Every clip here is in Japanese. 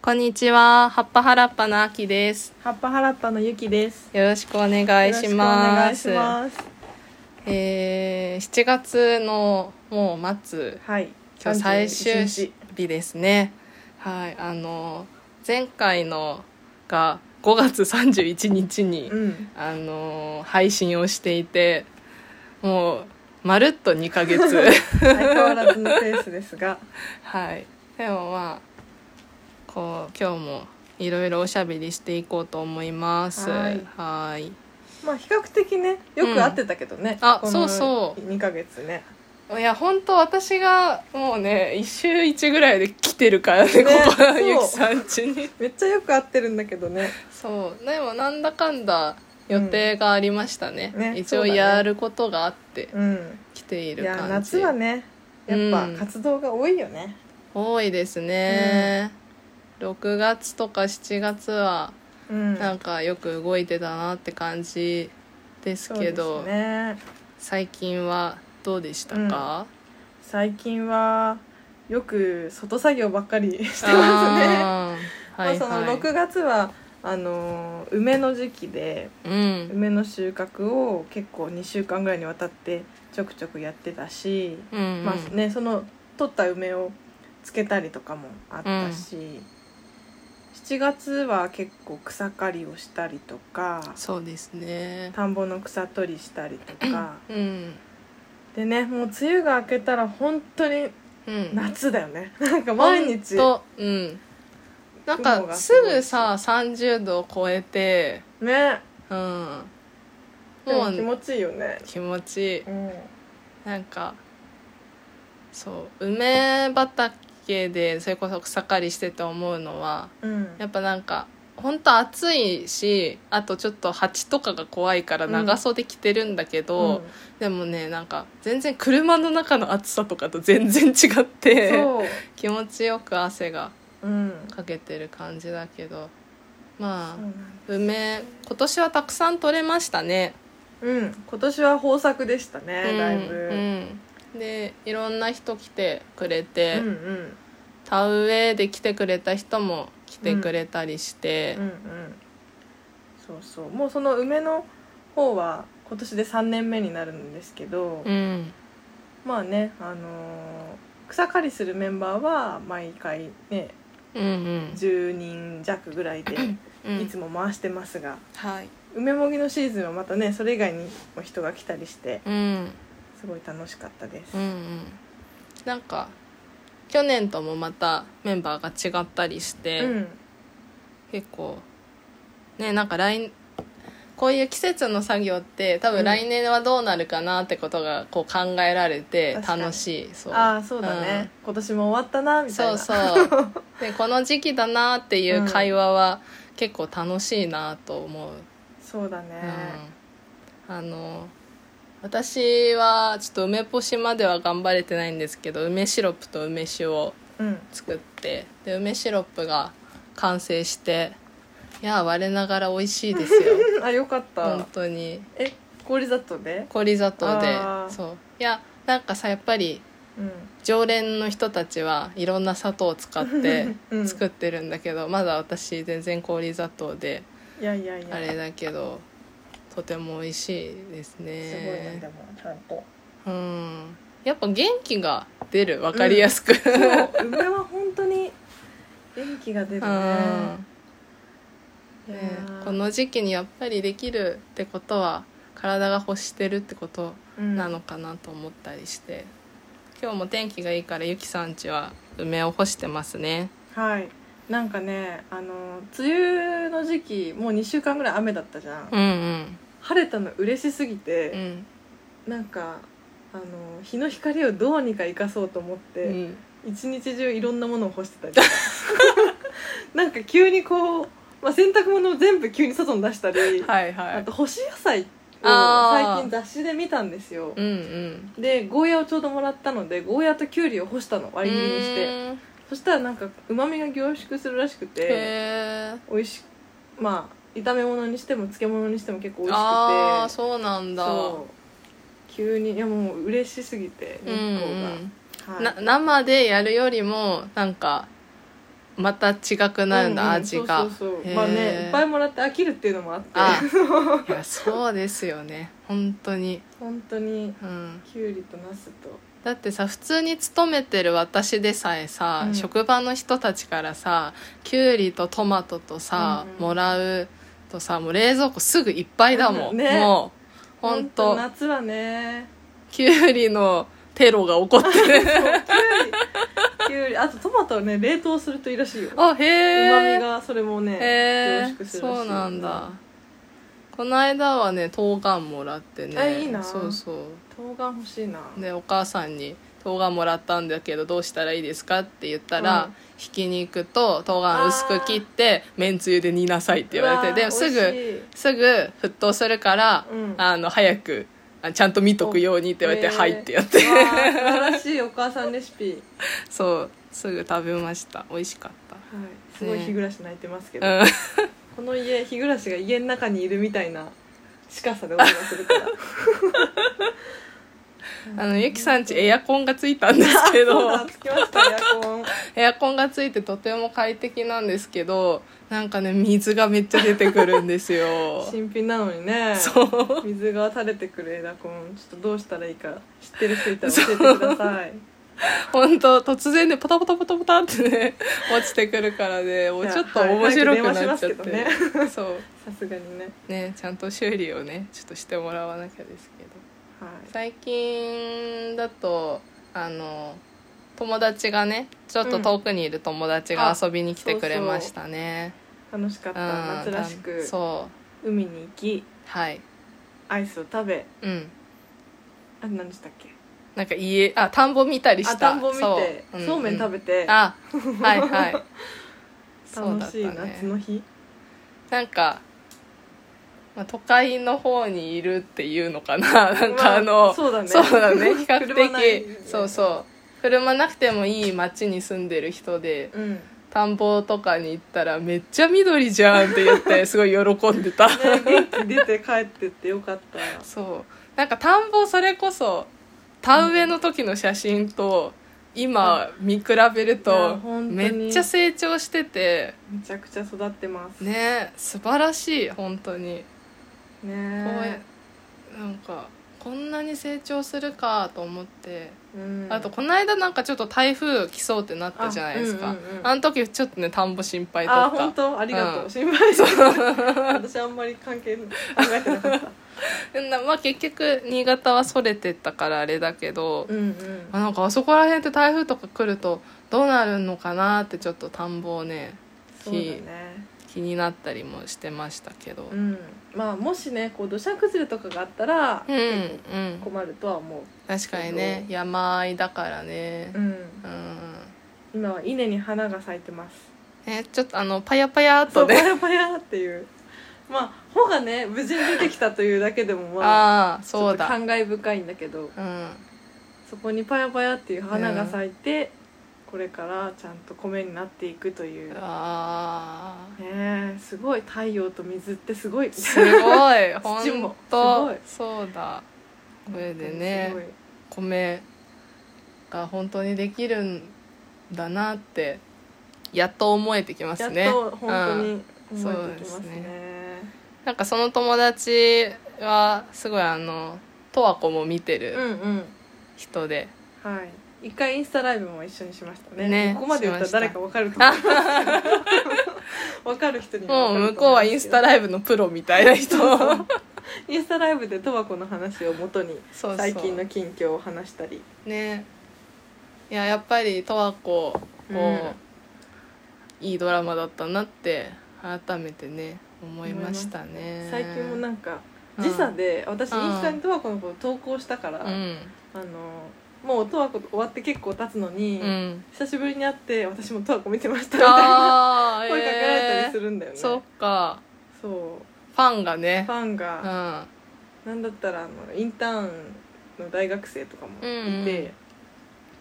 こんにちは、葉っぱはらっぱのあきです。葉っぱはらっぱのゆきです。よろしくお願いします。よろしくお願いします。えー、7月のもう末、はい。今日最終31日日ですね。はい、あの前回のが5月31日に、うん。あの配信をしていて、もうまるっと2ヶ月。相変わらずのペースですが、 はい、でもまあこう今日もいろいろおしゃべりしていこうと思います。はいはいまあ比較的ね、よく会ってたけどね。あこのそうそう二ヶ月ね。いや本当私がもうね一週一ぐらいで来てるからねねここそうゆきさん家にめっちゃよく会ってるんだけどね。そうでもなんだかんだ予定がありましたね,、うんね一そ応うだねやることがあってうん。来ていいるや感じ夏はね、やっうんぱ活動が多いよね。多いですね、6月とか7月はうん。なんかよく動いてたなって感じですそうけですど、ね。最近はどうでしたか、最近はよく外作業ばっかり してますね。あーはいまあそのはい6月はあのー梅の時期でうん梅の収穫を結構2週間ぐらいにわたってちょくちょくやってたし、うんまあねその取った梅をつけたりとかもあったし、7月は結構草刈りをしたりとかそうですね田んぼの草取りしたりとか うんでねもう梅雨が明けたら本当にうん夏だよねなんか毎日ほんとうんなん雲かがすすごいぐさ30度を超えてねうんでもも気う持ちいいよね。気持ちいいうんなんかそう梅畑でそれこそ草刈りしてて思うのはうんやっぱなんか本当暑いしあとちょっと蜂とかが怖いから長袖着てるんだけど、うんでもねなんか全然車の中の暑さとかと全然違 ってそう、気持ちよく汗がうん、かけてる感じだけどまそうなんだあ梅今年はたくさん取れましたね。うん、今年は豊作でしたね、だいぶ、うんうんでいろんな人来てくれて、うんうん田植えで来てくれた人も来てくれたりしてうんう、んそうそうもうその梅の方は今年で3年目になるんですけど、うんまあねあのー草刈りするメンバーは毎回ねうんうん10人弱ぐらいでうんいつも回してますが、はい梅もぎのシーズンはまたねそれ以外にも人が来たりしてうんすごい楽しかったですうんう、んなんか去年ともまたメンバーが違ったりして、うん結構ねなんか来こういう季節の作業って多う分ん来年はどうなるかなってことがこう考えられて確かに楽しいそうああそうだね、今年も終わったなみたいそなうそう でこの時期だなっていう会話は結構楽しいなと思う、そうだね、うん、あの私はちょっと梅干しまでは頑張れてないんですけど梅シロップと梅酒をうん、作ってで梅シロップが完成していや我ながら美味しいです よあよかった、本当にえ氷砂糖で氷砂糖であーそういやなんかさやっぱりうん常連の人たちはいろんな砂糖を使って うん作ってるんだけど、まだ私全然氷砂糖でいやいやいやあれだけどとても美味しいですすごいねでねもちゃんとうんやっぱ元気が出る分かりやすく、そううん梅は本当に元気が出るねいやねーこの時期にやっぱりできるってことは体が欲してるってことうんなのかなと思ったりして、今日も天気がいいからゆきさんちは梅を干してますねはいなんかねあの梅雨の時期もう2週間ぐらい雨だったじゃん、うんうん晴れたの嬉しすぎうて、んなんかあの日の光をどうにか生かそうと思って、うん一日中いろんなものを干してたり とかなんか急にこう、まあ、洗濯物を全部急に外に出したり、はいはあいと干し野菜をあー最近雑誌で見たんですようんうんでゴーヤをちょうどもらったのでゴーヤときゅうりを干したの割り切りにしてうーんそしたらなんかうまみが凝縮するらしくてへー美味しまあ炒め物にしても漬物にしても結構美味しくてあーそうなんだそう急にいやもう嬉しすぎて日うん光が、うんはいな生でやるよりもなんかまた違くなるんだ、うう味がそうそうそうへーまあねいっぱいもらって飽きるっていうのもあってあいやそうですよね本当に本当にうんきゅうりとナスとだってさ普通に勤めてる私でさえさ、うん職場の人たちからさきゅうりとトマトとさ、うんうんもらうとさもう冷蔵庫すぐいっぱいだもん、 ねもう本当夏はねきゅうりのテロが起こ ってるきゅうりあとトマトはね冷凍するといいらしいようあへえまみがそれもねへ凝え縮するらしいそうなんだこの間はね冬瓜もらってねあいいなそうそう冬瓜欲しいな、でお母さんに「冬瓜もらったんだけどどうしたらいいですか?」って言ったら、うんひき肉と冬瓜薄く切ってめんつゆで煮なさいって言われてうでわす美味ぐしいすぐ沸騰するから、うんあの早くあちゃんと見とくようにって言われて「おはい」ってやってうわー素晴らしいお母さんレシ ピ、そうすぐ食べました美味しかったはい、すごいね日暮らし泣いてますけど、うんこの家日暮らしが家の中にいるみたいな近さでお願いするからあのゆきさんちエアコンがついたんですけど あつきましたエアコンエアコンがついてとても快適なんですけどなんかね水がめっちゃ出てくるんです よ新品なのにねそう水が垂れてくるエアコンちょっとどうしたらいいか知ってる人いたら教えてください本当突然ねポタポタポタポタってね落ちてくるからねもうちょっと面白くなっちゃって、いやはい早く電話しますそうさすがにねねちゃんと修理をねちょっとしてもらわなきゃですけどはい最近だとあの友達がねちょっと遠くにいる友達が遊びに来てくれましたね、楽しかっうたん夏らしくそう海に行きはいアイスを食べうんあれ何でしたっけなんか家あ田んぼ見たりしたあ田んぼ見てそう,、んめん食べて、あはいはいそうだ 楽ったしい夏のね日なんか、まあ、都会の方にいるっていうのかななんかあの、まあそうだねそうだね比較 車ない的そうそう車なくてもいい街に住んでる人でうんね田んぼとかに行ったらめっちゃ緑じゃんって言ってすごい喜んで た元気出て帰ってってよかったそうなんか田んぼそれこそ田植えの時の写真と今見比べるいやと本当にめっちゃ成長しててめちゃくちゃ育ってますねね素晴らしい本当にこうえなんかこんなに成長するかと思ってうんあとこの間なんかちょっと台風来そうってなったじゃないですかああ,、うんんうんうん時ちょっとね田んぼ心配だあっ本た当ありがとう、うん心配してた私あんまり関係考えてなか ったなまあ結局新潟はそれてったからあれだけど、うんうんあなんかあそこら辺って台風とか来るとどうなるのかなってちょっと田んぼをねそうだ気ね気になったりもしてましたけど、うんまあもしねこう土砂崩れとかがあったら、うん結うん構困るとは思う確かにね山あいだからねうんうん今は稲に花が咲いてますえちょっとあのパヤパヤっとそうパねヤパヤっていうまあ穂がね無事に出てきたというだけでもまあああちょそっうとだ感慨深いんだけどうんそこにパヤパヤっていう花が咲いて、これからちゃんと米になっていくというねああえすごい太陽と水ってすごいすごい 土も本当すごいそうだこれですねごい米が本当にできるんだなってやっと思えてきまやすっねと本当うんに思えてきまそうすですね,、なんかその友達はすごいあの十和子も見てうるんうん人で、はい一回インスタライブも一緒にしましたねねここまで言ったしまらした誰かわかると 思いますわかる人にもう向こうはインスタイライブのプロみたいな人 そうブインスタライブでトバコの話を元にそう最近の近況を話したりねいややっぱり十和子こう、うんいいドラマだったなって改めてね思いましたね最近もなんかうん時差で私イうんンスタにトワコのこと投稿したから、うんあのもうトワコと終わって結構経つのに、うん久しぶりに会って私もトワコ見てましたみたいなああ 声かけられたりする、るんだよね、そっかそうファンがねファンうが、んなんだったらあのインターンの大学生とかもうんういんて「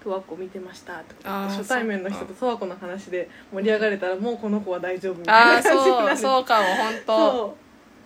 十和子見てました」とかあー初対面の人と十和子の話で盛り上がれたらもうこの子は大丈夫みたいあなあ 感じになそるうそうかも本当そ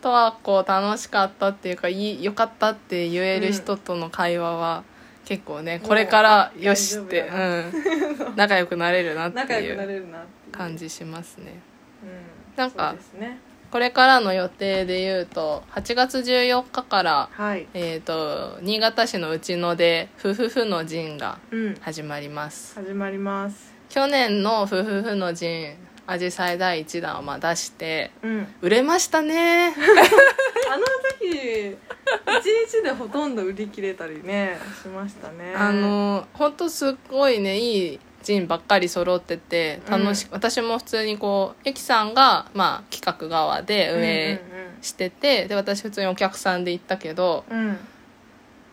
とはこう楽しかったっていうかいい良かったって言える人との会話は結構ねこれからよしって、もう大丈 うん、仲良くなれるなっう仲てい良くなうれるなって感じしますねうんなんかそうですねこれからの予定で言うと8月14日から、はいえー、と新潟市の内野で「ふふふの陣」がうん始まります始まります去年の「ふふふの陣」アジサイ第1弾をまあ出してうん売れましたねあの時一日でほとんど売り切れたり ねしましたねあの本当すっごいねいい陣ばっかり揃ってて楽し、く私も普通にこうゆきさんが、まあ、企画側で運営してて、で私普通にお客さんで行ったけど、うんうんうん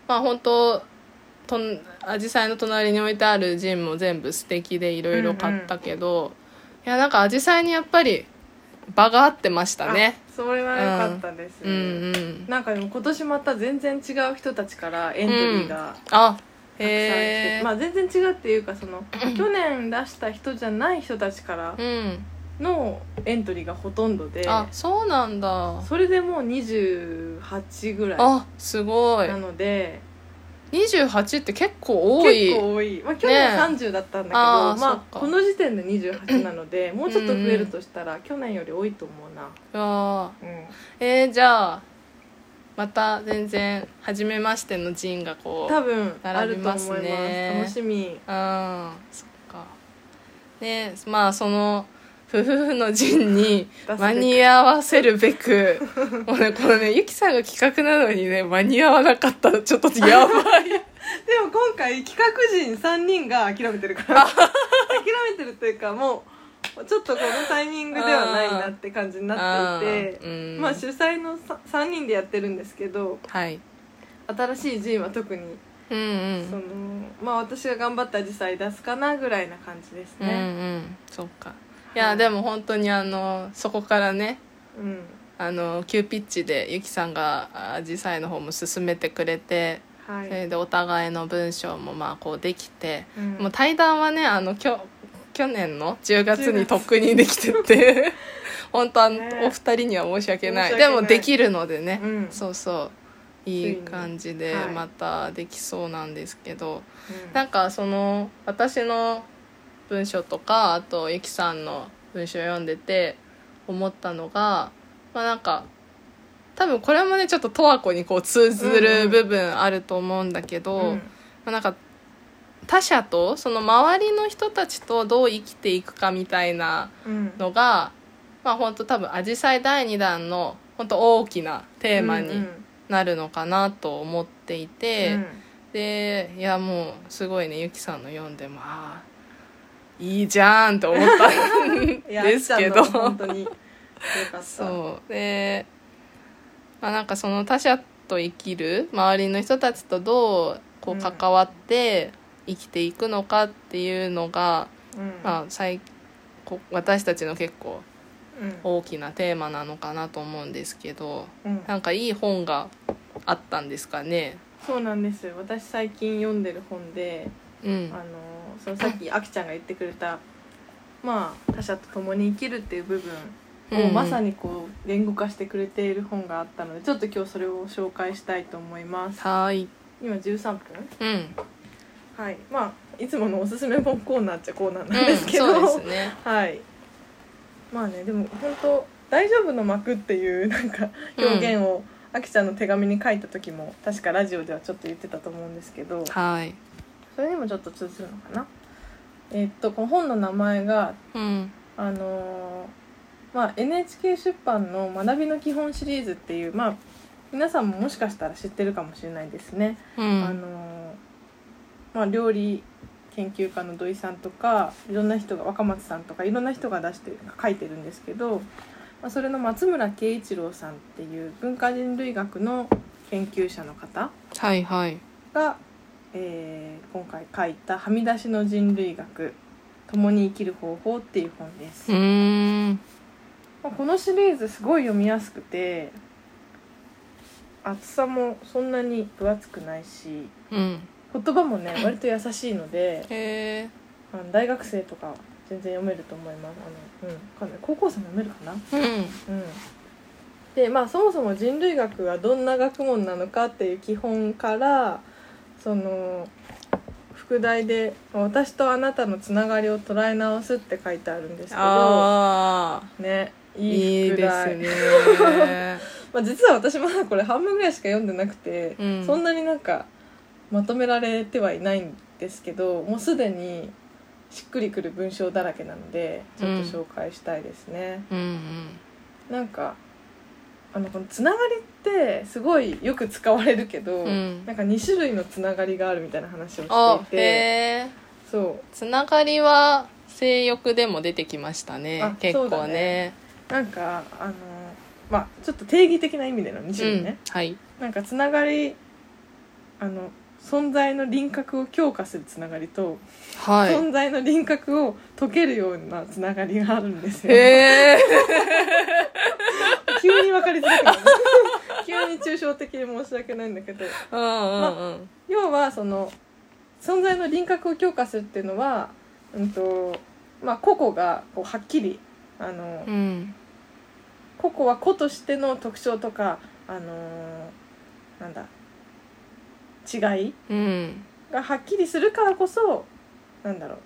まあ本当とんアジサイの隣に置いてあるジンも全部素敵でいろいろ買ったけど、いやなんかアジサイにやっぱり場が合ってましたねあそれは良かったです、うんうんなんかでも今年また全然違う人たちからエントリーがあたくさん来て、へえ、まあ全然違うっていうかそ の去年出した人じゃない人たちからうんのエントリーがほとんどであそうなんだそれでもう28ぐらいあすごいなので28って結構多い結構多い、まあ、去年ね30だったんだけど、あーまそあっかこの時点で28な のでもうちょっと増えるとしたら去年より多いと思うな、うわーうんえー、じゃあまた全然初めましてのジンがこう多分あ並るびとま思いますすね楽しみあーそっかねまあその夫婦の陣に出すべく間に合わせるべ くもうねこのねゆきさんが企画なのにね間に合わなかったらちょっとやばいでも今回企画人3人が諦めてるから 諦めてるというかもうちょっとこのタイミングではないなって感じに なっていてあーうんまあ主催のさ3人でやってるんですけどはい新しい陣は特に、うんうんそのまあ私が頑張った実際出すかなぐらいな感じですうんうね、んそっかいやでも本当にあのそこからねうんあの急ピッチでゆきさんがアジサイの方も進めてくれてはそい、れでお互いの文章もまあこうできてうんもう対談はねあのきょ去年の10月にとっくにできてて 本当あの、ねお二人には申し訳ない申し訳でなもいできるのでね、うんそうそういい感じでついにはいまたできそうなんですけど、うんなんかその私の文章とかあとゆきさんの文章を読んでて思ったのがまあなんか多分これもねちょっと十和子にこう通ずうんうるん部分あると思うんだけど、うんまあ、なんか他者とその周りの人たちとどう生きていくかみたいなうんのが、まあ、本当多分アジサイ第2弾の本当大きなテーマうんうにんなるのかなと思っていて、でいやもうすごいねゆきさんの読んでもああいいじゃんと思 ったんうんいやですけどあっちゃんの本当 によかったそうで、まあ、なんかその他者と生きる周りの人たちとどうこうんう関わって生きていくのかっていうのが、うんまあ、最こ私たちの結構うん大きなテーマなのかなと思うんですけどうんなんかいい本があったんですかね。そうなんですよ私最近読んでる本でうんあのそのさっきあきちゃんが言ってくれた、まあ、他者と共に生きるっていう部分を、うんまさにこう言語化してくれている本があったのでちょっと今日それを紹介したいと思いますはい、今13分うん、はいまあいつものおすすめ本コーナーっちゃコーナーうんなんですけど、そうですね。はいまあねでも本当大丈夫の幕」っていう なんか表現を、あきちゃんの手紙に書いた時も確かラジオではちょっと言ってたと思うんですけど、はい。それにもちょっと通ずるのかなえっとこの本の名前がうん。あのーまあ、NHK 出版の「学びの基本」シリーズっていう、まあ、皆さんももしかしたら知ってるかもしれないですね、うあん。のーまあ、料理研究家の土井さんとかいろんな人が若松さんとかいろんな人が出して書いてるんですけど、まあ、それの松村慶一郎さんっていう文化人類学の研究者の方はいはい。が、えー今回書いた「はみ出しの人類学共に生きる方法」っていう本です、うーん。まあこのシリーズすごい読みやすくて厚さもそんなに分厚くないしうん。言葉もね割と優しいのでへえ。あの大学生とか全然読めると思いますあの、うん、わかんない高校生も読めるかなううんでまあそもそも人類学はどんな学問なのかっていう基本からその副題で「私とあなたのつながりを捉え直す」って書いてあるんですけどああねいいいい副で題すねまあ、実は私まだこれ半分ぐらいしか読んでなくて、うんそんなになんかまとめられてはいないんですけどもうすでにしっくりくる文章だらけなのでちょっと紹介したいですね。うんうんなんかあのこのつながりってすごいよく使われるけど、うんなんか2種類のつながりがあるみたいな話をしあていへてえそつながりは性欲でも出てきましたねあ結そう構だねねうなんかあのまあちょっと定義的な意味での2種類ね、うん、はいなんかつながりあの存在の輪郭を強化するつながりと、はい存在の輪郭を解けるようなつながりがあるんですよ、へえ急に分かりづらくなる 急に抽象的で申し訳ないんだけどうんうんうん要はその存在の輪郭を強化するっていうのは、うんとまあ、個々がこうはっきりあの、うん個々は個としての特徴とか、あのーなんだ違いうんがはっきりするからこそなんだろう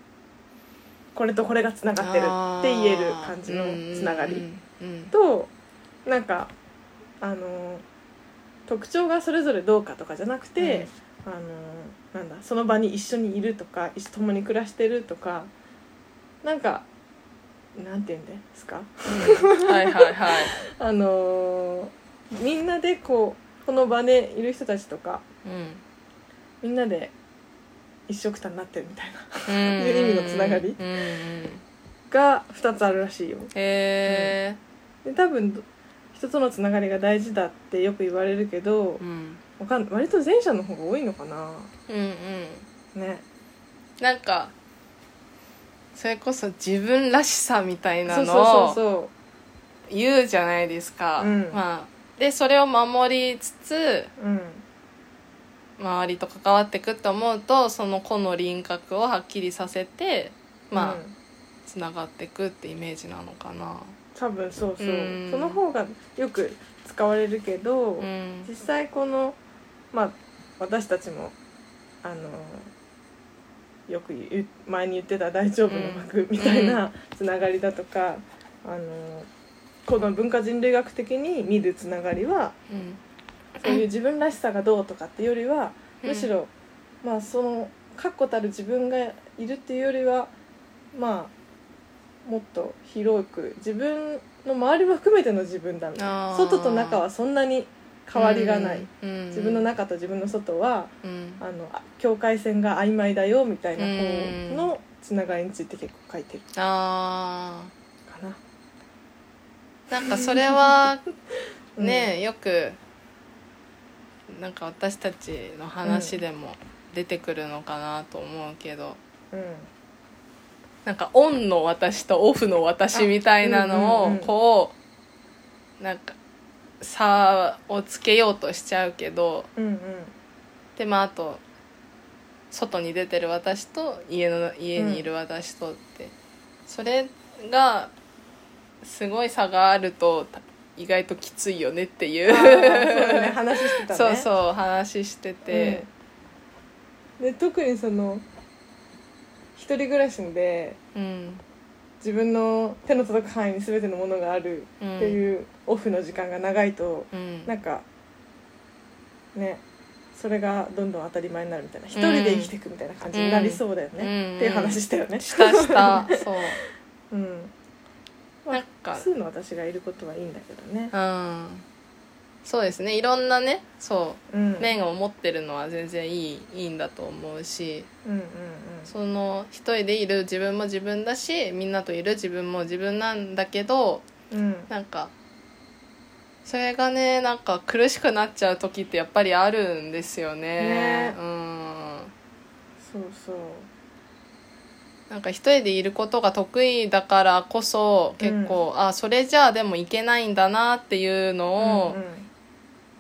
これとこれがつながってるって言える感じのつながりうんうんとなんか、あのー特徴がそれぞれどうかとかじゃなくて。あのなんだその場に一緒にいるとか一緒共に暮らしてるとかなんかなんて言うんですかうんはいはいはいあのみんなでこうこの場でいる人たちとかうんみんなで一緒くたになってるみたいなうんいう意味のつながりうんうんが2つあるらしいよへえで多分ど人とのつながりが大事だってよく言われるけどうんわかん割と前者の方が多いのかなうんうんねなんかそれこそ自分らしさみたいなそうのそうそうをそ言うじゃないですか、うんまあ、でそれを守りつつううん周りと関わっていくと思うとその個の輪郭をはっきりさせてまあ、うんつながっていくってイメージなのかな。多分そうそう、うんその方がよく使われるけど、うん実際このまあ私たちもあのよく言う前に言ってた大丈夫のう幕んみたいなつながりだとか、あのこの文化人類学的に見るつながりはうんそういう自分らしさがどうとかっていうよりは、うんむしろまあその確固たる自分がいるっていうよりはまあもっと広く自分の周りも含めての自分だみたいあなー外と中はそんなに変わりがない、、うんうん自分の中と自分の外はうんあのあ境界線が曖昧だよみたいなうん方のつながりについて結構書いてるあかな。ーなんかそれは うんねえ、よくなんか私たちの話でも出てくるのかなと思うけど、うんなんかオンの私とオフの私みたいなのあうをんうんうんこうなんか差をつけようとしちゃうけどうん うんでまああと外に出てる私と家の家にいる私とって、それがすごい差があると意外ときついよねっていあーそうだうね話してたねそうそう話してて、で特にその一人暮らしでうん自分の手の届く範囲に全てのものがあるうん、っていうオフの時間が長いとうん、なんかねそれがどんどん当たり前になるみたいな一人で生きていくみたいな感じになりそうだよね、うんっていう話したよね、した したそううんまあなんか複数の私がいることはいいんだけどね、うんそうですねいろんなねそうん、う面を持ってるのは全然いいいいんだと思うしうんうんうんその一人でいる自分も自分だしみんなといる自分も自分なんだけどうんなんかそれがねなんか苦しくなっちゃう時ってやっぱりあるんですよねねうんそうそうなんか一人でいることが得意だからこそ結構、あそれじゃあでもいけないんだなっていうのを、うんうん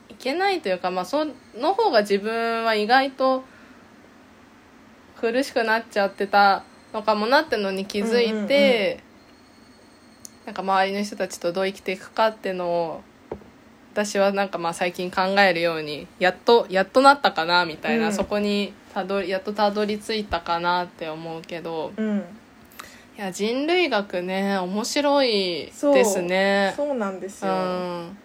いけないというか、まあ、その方が自分は意外と苦しくなっちゃってたのかもなってのに気づいて、なんか周りの人たちとどう生きていくかっていうのを私はなんかまあ最近考えるようにやっとやっとなったかなみたいな、うんそこにたどりやっとたどり着いたかなって思うけどうん、いや人類学ね面白いそうですねそうなんですうよ、ん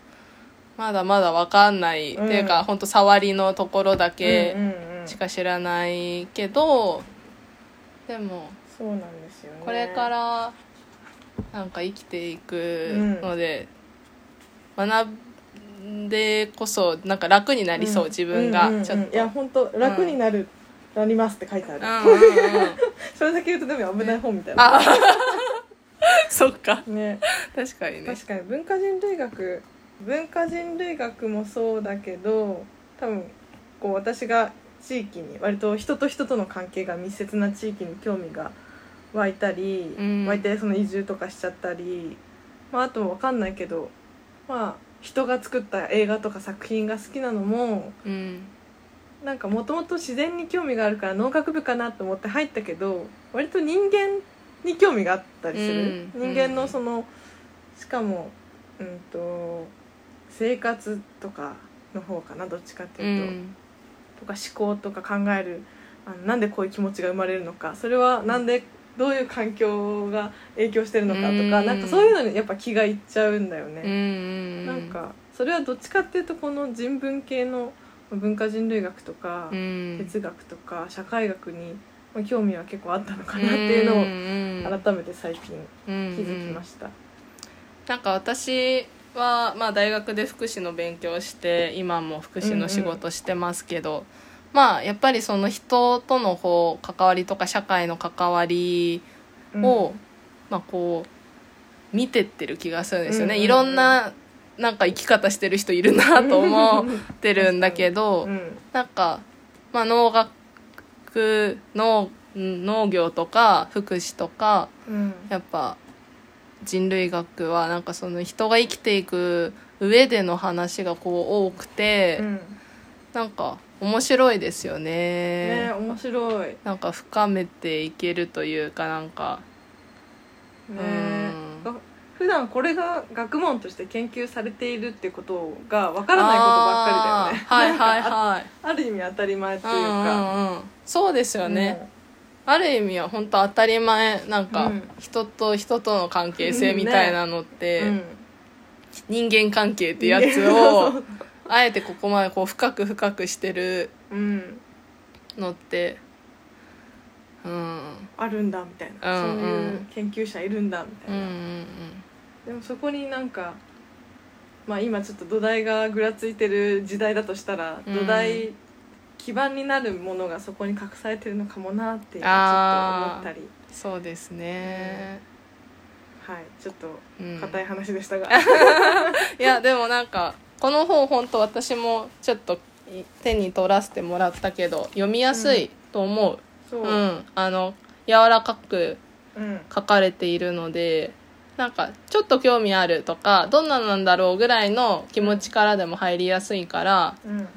まだまだ分かんない、うんっていうか本当触りのところだうんけうんうんしか知らないけど、でもそうなんですよねこれからなんか生きていくので、学んでこそなんか楽になりそう、うん自分うんうんうがんちょっいと。や本当楽になる、なりますって書いてあうる、んうんうんそれだけ言うとでも危ない本みたいな、あ そっかね確かにね確かに文化人類学文化人類学もそうだけど多分こう私が地域に割と人と人との関係が密接な地域に興味が湧いたり、うん湧いてその移住とかしちゃったり、まあ、あと分かんないけどまあ人が作った映画とか作品が好きなのもうんなんかもともと自然に興味があるから農学部かなと思って入ったけど割と人間に興味があったりする、うん人間のそのしかも、うん、と生活とかの方かなどっちかってういうと、んとか思考とか考えるあのなんでこういう気持ちが生まれるのかそれはなんでどういう環境が影響してるのかとか、うんなんかそういうのにやっぱ気がいっちゃうんだよね。うんうんなんかそれはどっちかっていうとこの人文系の文化人類学とか、うん哲学とか社会学にまあ興味は結構あったのかかなっていううのを改めて最近気づきまたした。なんか私は、まあ、大学で福祉の勉強をして今も福祉の仕事してますけど、まあやっぱりその人とのこう関わりとか社会の関わりを、まあこう見てってる気がするんですよね、うんうんうんいろんななんか生き方してる人いるなと思うんってるんだけど、うんなんか、まあ、農学農農業とか福祉とかうんやっぱ人類学はなんかその人が生きていく上での話がこう多くて、うんなんか面白いですよねね面白いねなんか深めていけるというかなんかうんが普段これが学問として研究されているってことがわからないことばっかりだよね。あーはいはいなんかはい あある意味当たり前というか。うんうんうんそうですよね、ある意味は本当当たり前なんかうん人と人との関係性みたいなのっうて、ん。人間関係ってやつをあえてここまでこう深く深くしてるうんのってうんあるんだみたいな、うんうんそういう研究者いるんだみたうんういんな、でもそこになんか、まあ、今ちょっと土台がぐらついてる時代だとしたら、うん土台基盤になるものがそこに隠されてるのかもなってちょっと思あーったり、そうですね、はい、ちょっとうん、硬い話でしたが、いやでもなんかこの本本当私もちょっと手に取らせてもらったけど読みやすいと思う、 そうう、んうんあの柔らかく書かれているのでなんかちょっと興味あるとかどんななんだろうぐらいの気持ちからでも入りやすいからうん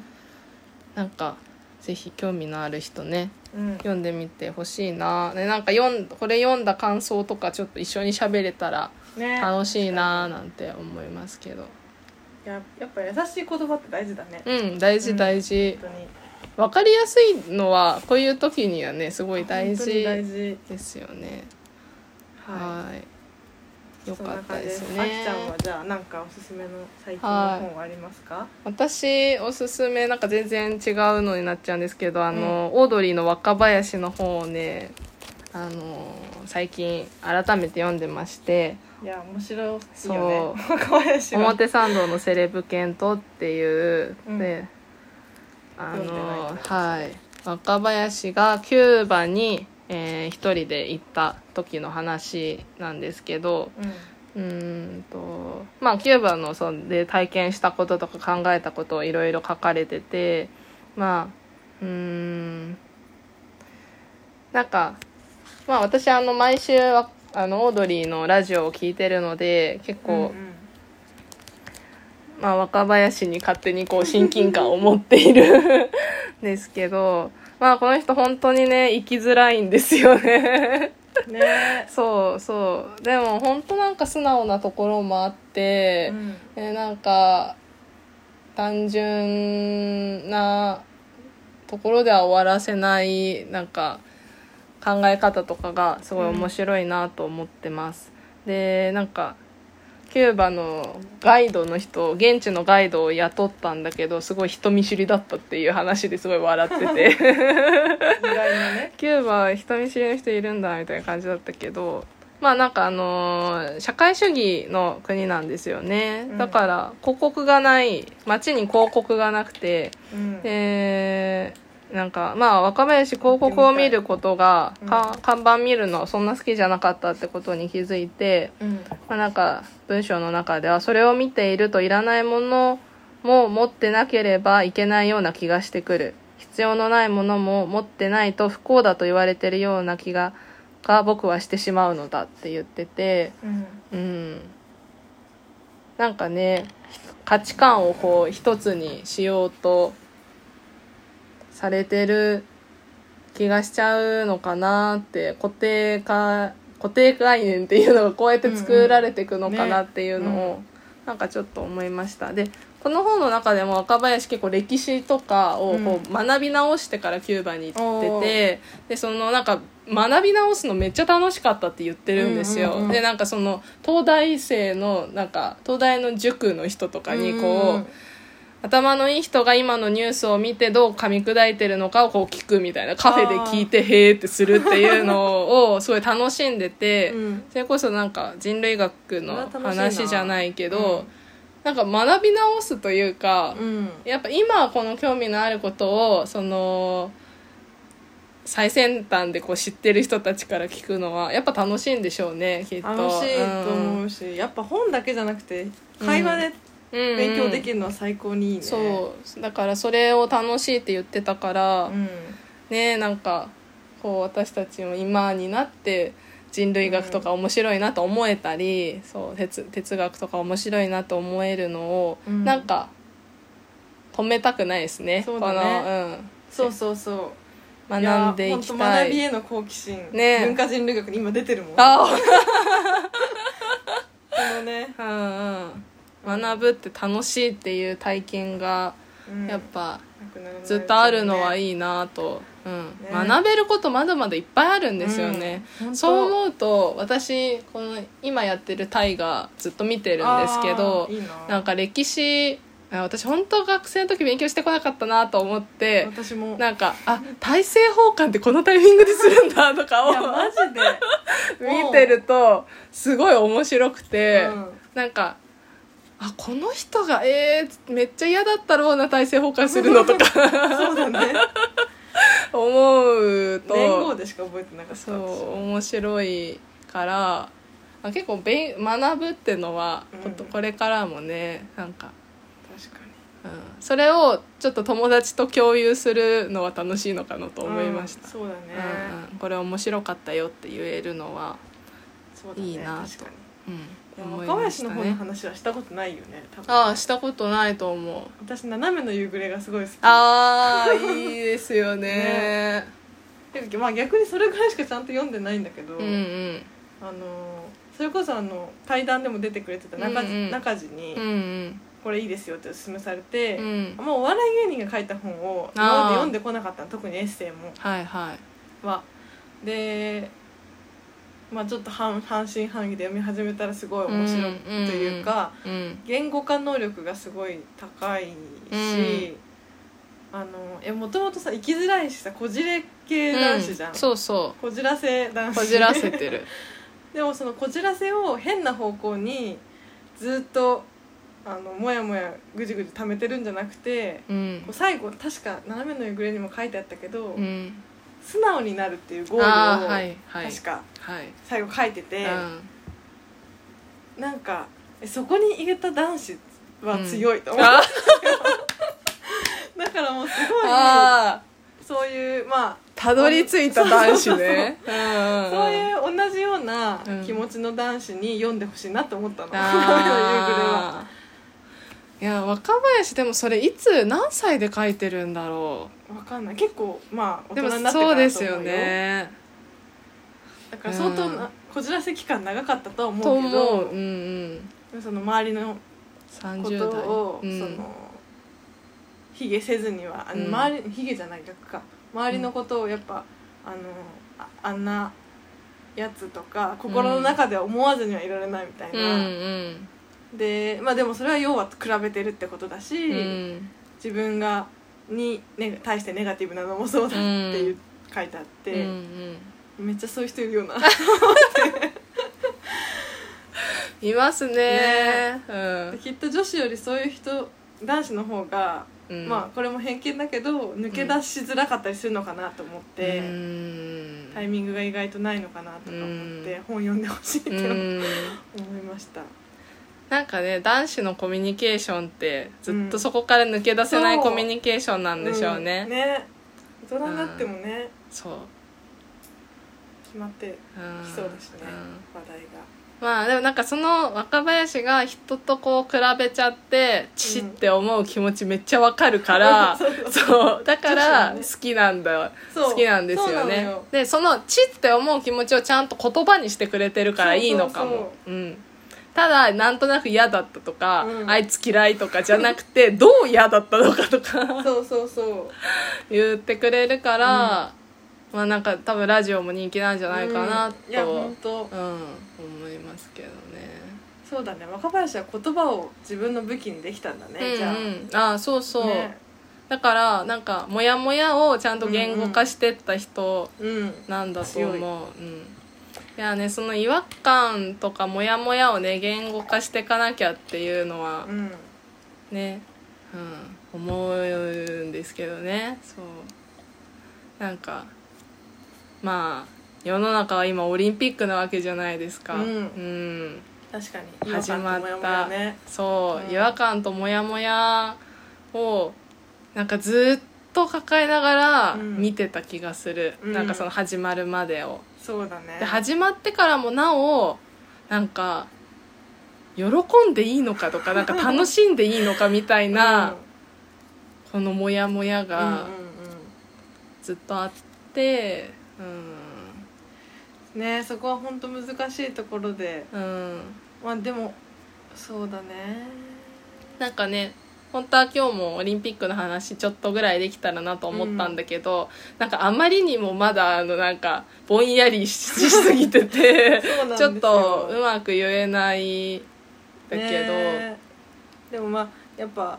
なんかぜひ興味のある人ねうん読んでみてほしいな、ね、なんか読んこれ読んだ感想とかちょっと一緒に喋れたらね楽しいななんて思いますけどややっぱ優しい言葉って大事だね、うん大う事ん大事本当に分かりやすいのはこういう時にはねすごい大本当に事大事ですよねはいはいよそんなかった感じですねあきちゃんはじゃあなんかおすすめの最近の本はありますか？私おすすめなんか全然違うのになっちゃうんですけどあの、オードリーの若林の方をねあの最近改めて読んでましていや面白いそうよね。 若林は。表参道のセレブ犬とっていう、うんであ読んでないのけどはい若林がキューバに、えー一人で行った時の話なんですけど、うーんとまあキューバのそんで体験したこととか考えたことをいろいろ書かれててまあうーんなんかまあ私あの毎週はあのオードリーのラジオを聞いてるので結うん。構、まあ、若林に勝手にこう親近感を持っている んですけどまあこの人本当にね生きづらいんですよね。 うんね。そうそうでも本当なんか素直なところもあって、うんえーなんか単純なところでは終わらせないなんか考え方とかがすごい面白いなと思ってます。でなんかキューバのガイドの人現地のガイドを雇ったんだけどすごい人見知りだったっていう話ですごい笑ってて意外なねキューバ人見知りの人いるんだみたいな感じだったけどまあなんかあのー社会主義の国なんですよねうんだから広告がない街に広告がなくてうんでなんかまあ若林広告を見ることが、うんか看板見るのそんな好きじゃなかったってことに気づいて、うんまあ、なんか文章の中ではそれを見ているといらないものも持ってなければいけないような気がしてくる必要のないものも持ってないと不幸だと言われてるような気がが僕はしてしまうのだって言ってて。うんうん、なんかね価値観をこう一つにしようとされてる気がしちゃうのかなって固定化固定概念っていうのがこうやって作られていくのかなっていうのを、うんうんなんかちょっと思いましたでこの本の中でも若林結構歴史とかをこう学び直してからキューバに行ってて、でそのなんか学び直すのめっちゃ楽しかったって言ってるんですよ、うんうんうんでなんかその東大生のなんか東大の塾の人とかにこう、頭のいい人が今のニュースを見てどう噛み砕いてるのかをこう聞くみたいなカフェで聞いてへーってするっていうのをすごい楽しんでて、うんそれこそなんか人類学のそれは楽しいな話じゃないけどなんか学び直すというか、うんやっぱ今この興味のあることをその最先端でこう知ってる人たちから聞くのはやっぱ楽しいんでしょうねきっと楽しいと思うし、やっぱ本だけじゃなくて会話でうん勉強でる、きるのは最高にいいね、そうだからそれを楽しいって言ってたから、うんねなんかこう私たちも今になって人類学とか面白いなと思えたり、そう哲哲学とか面白いなと思えるのを、うんなんか止めたくないですねそうだこの、ねそうそうそううん、学んでいきやた本当学びい。への好奇心、ね文化人類学に今出てるもんこあのね、うんうん、学ぶって楽しいっていう体験がうんやっぱなくならないずっとあるのはいいいなと、うんね学べることまだまだいっぱいあるんですよね、うんそう思うと私この今やってるタイがずっと見てるんですけどあーいいななんか歴史あ私本当学生の時勉強してこなかったなと思って私も なんかあ大政奉還ってこのタイミングでするんだといやかをマジで、 見てるとすごい面白くて、なんかあこの人がえー、めっちゃ嫌だったろうな大政奉還するのと うかん、そうだね思うと年号でしか覚えてなかった私そう面白いからあ結構べん学ぶってのは、ことうんこれからもねなんか、確かにうん、それをちょっと友達と共有するのは楽しいのかなと思いました、うんそうだね、うんうんこれ面白かったよって言えるのは、そうだねいいなと確かにういん、や思い若ま林したの方のね話はしたことないよね多分ああしたことないと思う私斜めの夕暮れがすごい好きああいいですよねてかまあ逆にそれぐらいしかちゃんと読んでないんだけど、うんうんあのそれこそあの対談でも出てくれてた中,、うんうん中地に、うんうんこれいいですよ」ってお勧めされて、うんもうお笑い芸人が書いた本を今まで読んでこなかったの特にエッセイもはいはいはで、まあ、ちょっと半半信半疑で読み始めたらすごい面白いというか。うん言語化能力がすごい高いし、あのえもともとさ生きづらいしさこじれ系男子じゃん、うそうそこじらせ男う子こじらせて る でもそのこじらせを変な方向にずっとあのもやもやぐじぐじ溜めてるんじゃなくて、うんこう最後確か「斜めの夕暮れ」にも書いてあったけど、うん、素直になるっていうゴールを、ああはいはい確かはい、最後書いてて、うんなんかえそこに入れた男子は強いと思う、あ だからもうすごいあそういうまたどり着いた男子ねあそそういう同じようなうん気持ちの男子に読んでほしいなと思ったの、うはあーいや若林でもそれいつ何歳で書いてるんだろ分かんない結構まあう大で人もになってかそらだと思ううですよねだから相当な、うんこじらせ期間長かったとは思とうけ思うどうんうんその周りのこ30代とを、うんその卑下せずにはあのうん周り、卑下じゃない逆か周りのことをやっぱ、あのああんなやつとか心の中では思わずにはいられないみたいうんな、でまあでもそれは要は比べてるってことだし、うんうん自分がに、ね、対してネガティブなのもそうだっていう、書いてあって。うんうんめっちゃそういう人いるよな いますねねうんきっと女子よりそういう人男子の方が、うんまあこれも偏見だけど抜け出しづらかったりするのかなと思って、うんタイミングが意外とないのかなとか思っうて、ん本読んでほしいってう思んいました、なんかね男子のコミュニケーションってずっとそこから抜け出せないそうコミュニケーションなんでしょうね,、んね大人になってもね、そう、決まってうん、きそうだしね、うん話題がまあでもなんかその若林が人とこう比べちゃってチって思う気持ちめっちゃわかる から、 そうそうそうだか確からにね好きなんだよ、そう好きなんですよそうなねのよでそのチって思う気持ちをちゃんと言葉にしてくれてるからいいのかもそうそううんただなんとなく嫌だったとか、うんあいつ嫌いとかじゃなく てどう嫌だったのかとか そうそうそう言ってくれるから、まあなんか多分ラジオも人気なんじゃないかなと、うんいや本うん、当、思いますけどね。そうだね若林は言葉を自分の武器にできたんだね、じゃあ、うんうん、ああそうそう、ねだからなんかモヤモヤをちゃんと言語化してった人うんなんだと思う、うんいやねその違和感とかモヤモヤをね言語化していかなきゃっていうのはうんね、うん、思うんですけどねそうなんかまあ世の中は今オリンピックなわけじゃないですかうんうん確かに始まっ違和感とモヤたモヤねそう、うん違和感とモヤモヤをなんかずっと抱えながらうん見てた気がする、うんなんかその始まるまでを、そうだねで始まってからもなおなんか喜んでいいのかとかなんか楽しんでいいのかみたいな、このモヤモヤうんうんうんがずっとあってうんねそこは本当難しいところでうん、うん、まあでもそうだねなんかね本当は今日もオリンピックの話ちょっとぐらいできたらなと思ったんだけど、なんかあまりにもまだあのなんかぼんやりししすぎててそうなんですちよょっとうまく言えないんだけど、ねでもまあやっぱ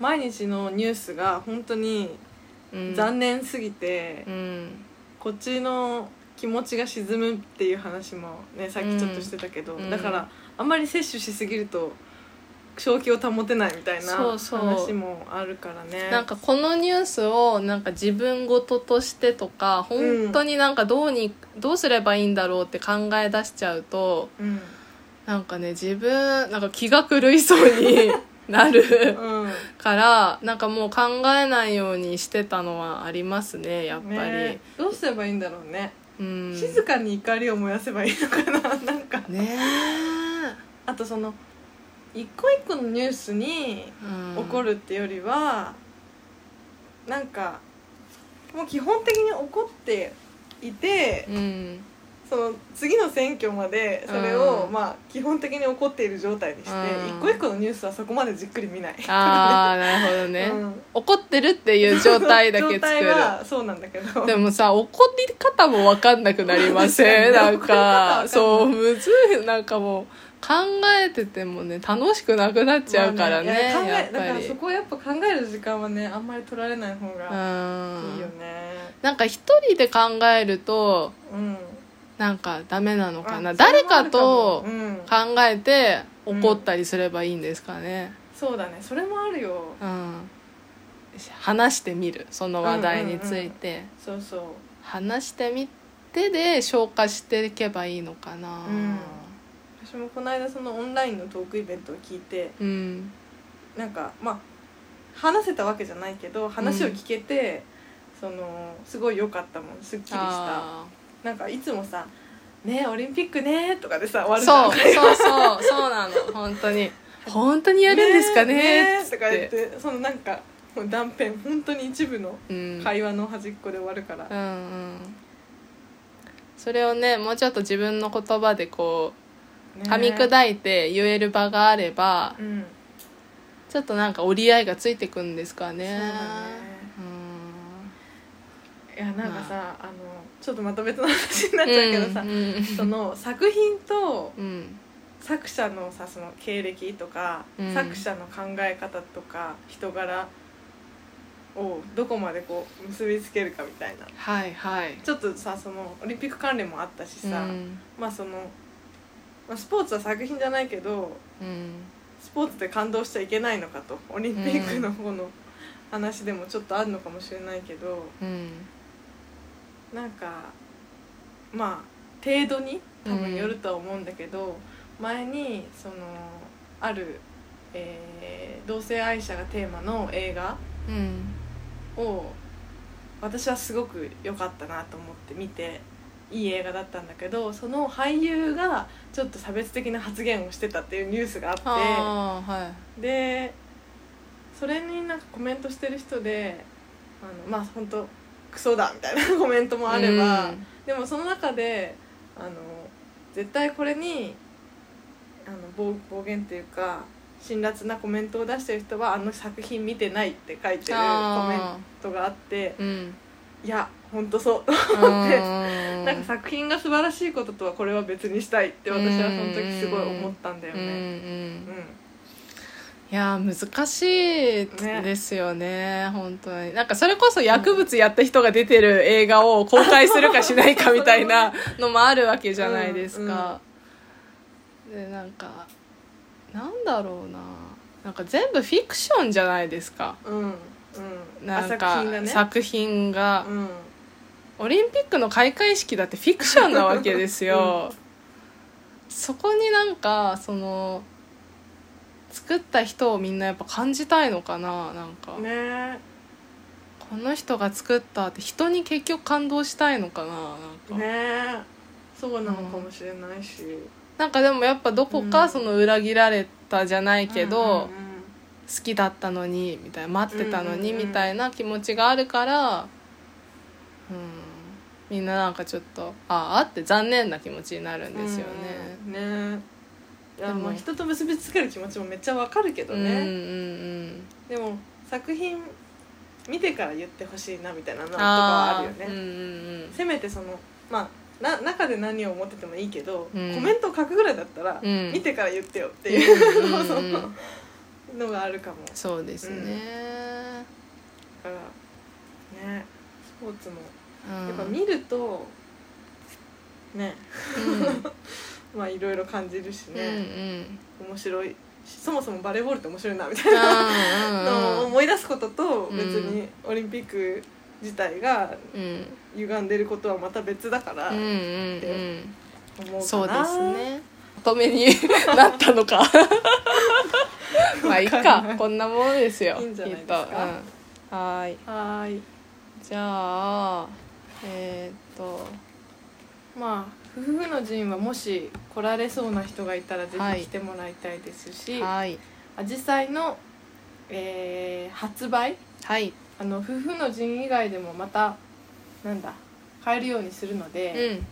毎日のニュースが本当にうん、残念すぎて、うんこっちの気持ちが沈むっていう話もねさっきちょっとしてたけど、うんだからあんまり摂取しすぎると正気を保てないみたいなそうそう話もあるからねなんかこのニュースをなんか自分事としてとか本当になんかどうに、どうすればいいんだろうって考え出しちゃうとうん、なんかね自分なんか気が狂いそう になる。うん、からなんかもう考えないようにしてたのはありますねやっぱり、ねどうすればいいんだろうね、うん静かに怒りを燃やせばいいのか ななんかねあとその一個一個のニュースにえ、うん、怒るってよりは、なんかもう基本的に怒っていて、うんその次の選挙までそれを、うんまあ基本的に怒っている状態にして、うん一個一個のニュースはそこまでじっくり見ないああなるほどね、うん怒ってるっていう状態だけ 作状態るはそうなんだけ どでもさ怒り方も分かんなくなりま せんなん怒り方わかんなかいそうむずいなんかもう考えててもね楽しくなくなっちゃうからね,、まあねいややっ考えだかぱらりそこはやっぱ考える時間はねあんまり取られない方がうんいいよねなんか一人で考えるとうんなんかダメなのかなあ誰かとそれもあるかもうん考えて怒ったりすればいいんですかね、そうだねそれもあるようん話してみるその話題について、そうそう話してみてで消化していけばいいのかなうん私もこの間そのオンラインのトークイベントを聞いてうんなんかまあ話せたわけじゃないけど話を聞けて、そのすごい良かったもんすっきりしたあなんかいつもさ「ねオリンピックね」とかでさ終ーわるじゃそんうそうそうそうなの本当に本当にやるんですかねねつとか言ってそのなんかもう断片本当に一部のうん会話の端っこで終わるから、うんうんそれをねもうちょっと自分の言葉でこうね噛み砕いて言える場があればうんちょっとなんか折り合いがついてくんですかねそうだねいやなんかさ、あのちょっとまた別の話になっうんちゃうけどさ、うんうんその作品とうん作者のさその経歴とか、うん作者の考え方とか人柄をどこまでこう結びつけるかみたいなはいはいちょっとさそのオリンピック関連もあったしさ、うんまあその、まあ、スポーツは作品じゃないけどうんスポーツで感動しちゃいけないのかとオリンピックの方の話でもちょっとあるのかもしれないけど、うんなんかまあ程度に多分よるとは思うんだけど、前にそのある、えー同性愛者がテーマの映画うんを私はすごく良かったなと思って見ていい映画だったんだけどその俳優がちょっと差別的な発言をしてたっていうニュースがあって。ああはいでそれになんかコメントしてる人であのまあ本当クソだみたいなコメントもあれば、うんでもその中であの絶対これにあの暴暴言っていうか辛辣なコメントを出してる人はあの作品見てないって書いてるコメンあトがあってーうんいや本当そううんなんか作品が素晴らしいこととはこれは別にしたいって私はその時すごい思ったんだようんうね。うんんいやー難しいねですよね本当になんかそれこそ薬物やった人が出てる映画を公開するかしないかみたい なのもあるわけじゃないですか、でなんかなんだろうななんか全部フィクションじゃないですかうんうん、なんかあ作品がね作品がうんオリンピックの開会式だってフィクションなわけですよ、そこになんかその作った人をみんなやっぱ感じたいのかななんか、ねえこの人が作ったって人に結局感動したいのかななんか、ねえそうなのかもしれないし、なんかでもやっぱどこうかんその裏切られたじゃないけど、うんうん好きだったのにみたいな待ってたのにうんうんうみんたいな気持ちがあるから、うん、みんななんかちょっとああって残念な気持ちになるんうでんすよね。うんねえいやでもまあ人と結びつける気持ちもめっちゃわかるけどうんうんね、うんでも作品見てから言ってほしいなみたいなのとかはああるよね、ーうんせめてそのまあな中で何を思っててもいいけど、うんコメントを書くぐらいだったら、うん見てから言ってよっていううんうんうんうん のがあるかもそうですね。だからねスポーツもうんやっぱ見るとねうんまあいろいろ感じるしうんうんね、面白いしそもそもバレーボールって面白いなみたいなのをう思い出すこととうん別にオリンピック自体がんうんうん歪んでることはまた別だからうんうん思うんうかそうなですね乙女になったの かまあいいかこんなものですよいいんじゃないですきかっとうん、はーいはーいじゃあえー、っとまあ夫婦の陣はもし来られそうな人がいたらぜはいひ来てもらいたいですしはい紫陽花の、えー発売はいあの夫婦の陣以外でもまたなんだ買えるようにするので、うん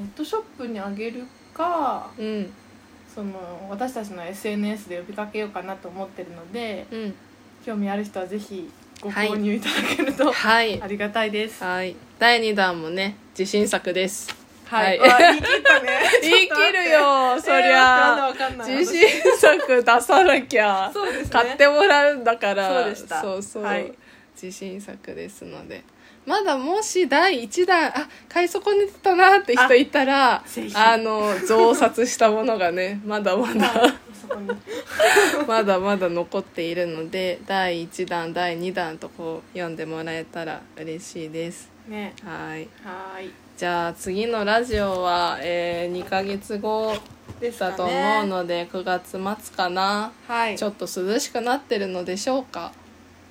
ネットショップにあげるかうんその私たちの SNS で呼びかけようかなと思ってるのでうん興味ある人はぜひごはい購入いただけると、はいありがたいです。はい第2弾もね自信作 ですはい、はいわあ言い切ったね 言い切るよそそりりゃ、まだゃわかんない自信作出さなきゃ私そうですね買ってもらうんだからそうでしたそうそうはい自信作ですのでまだもし第1弾あ買い損ねてたなって人いたらあぜひの増刷したものがね まだまだはいそこにまだまだ残っているので第1弾第2弾とこう読んでもらえたら嬉しいですねはいはーいじゃあ次のラジオは、え2ヶ月後でだと思うので9月末かなはいちょっと涼しくなってるのでしょうか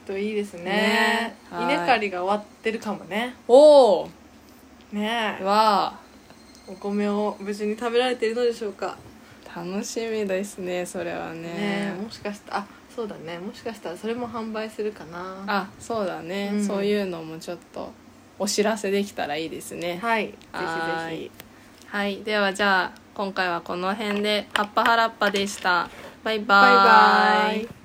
といいですねねはい稲刈りが終わってるかもねおおねえわお米を無事に食べられているのでしょうかあ楽しみですねそれはねねえもしかしたらあそうだねもしかしたらそれも販売するかなあそうだね、うんそういうのもちょっとお知らせできたらいいですねはいぜはひいぜひはいではじゃあ今回はこの辺で「葉っぱはらっぱ」でしたバイババイーバイ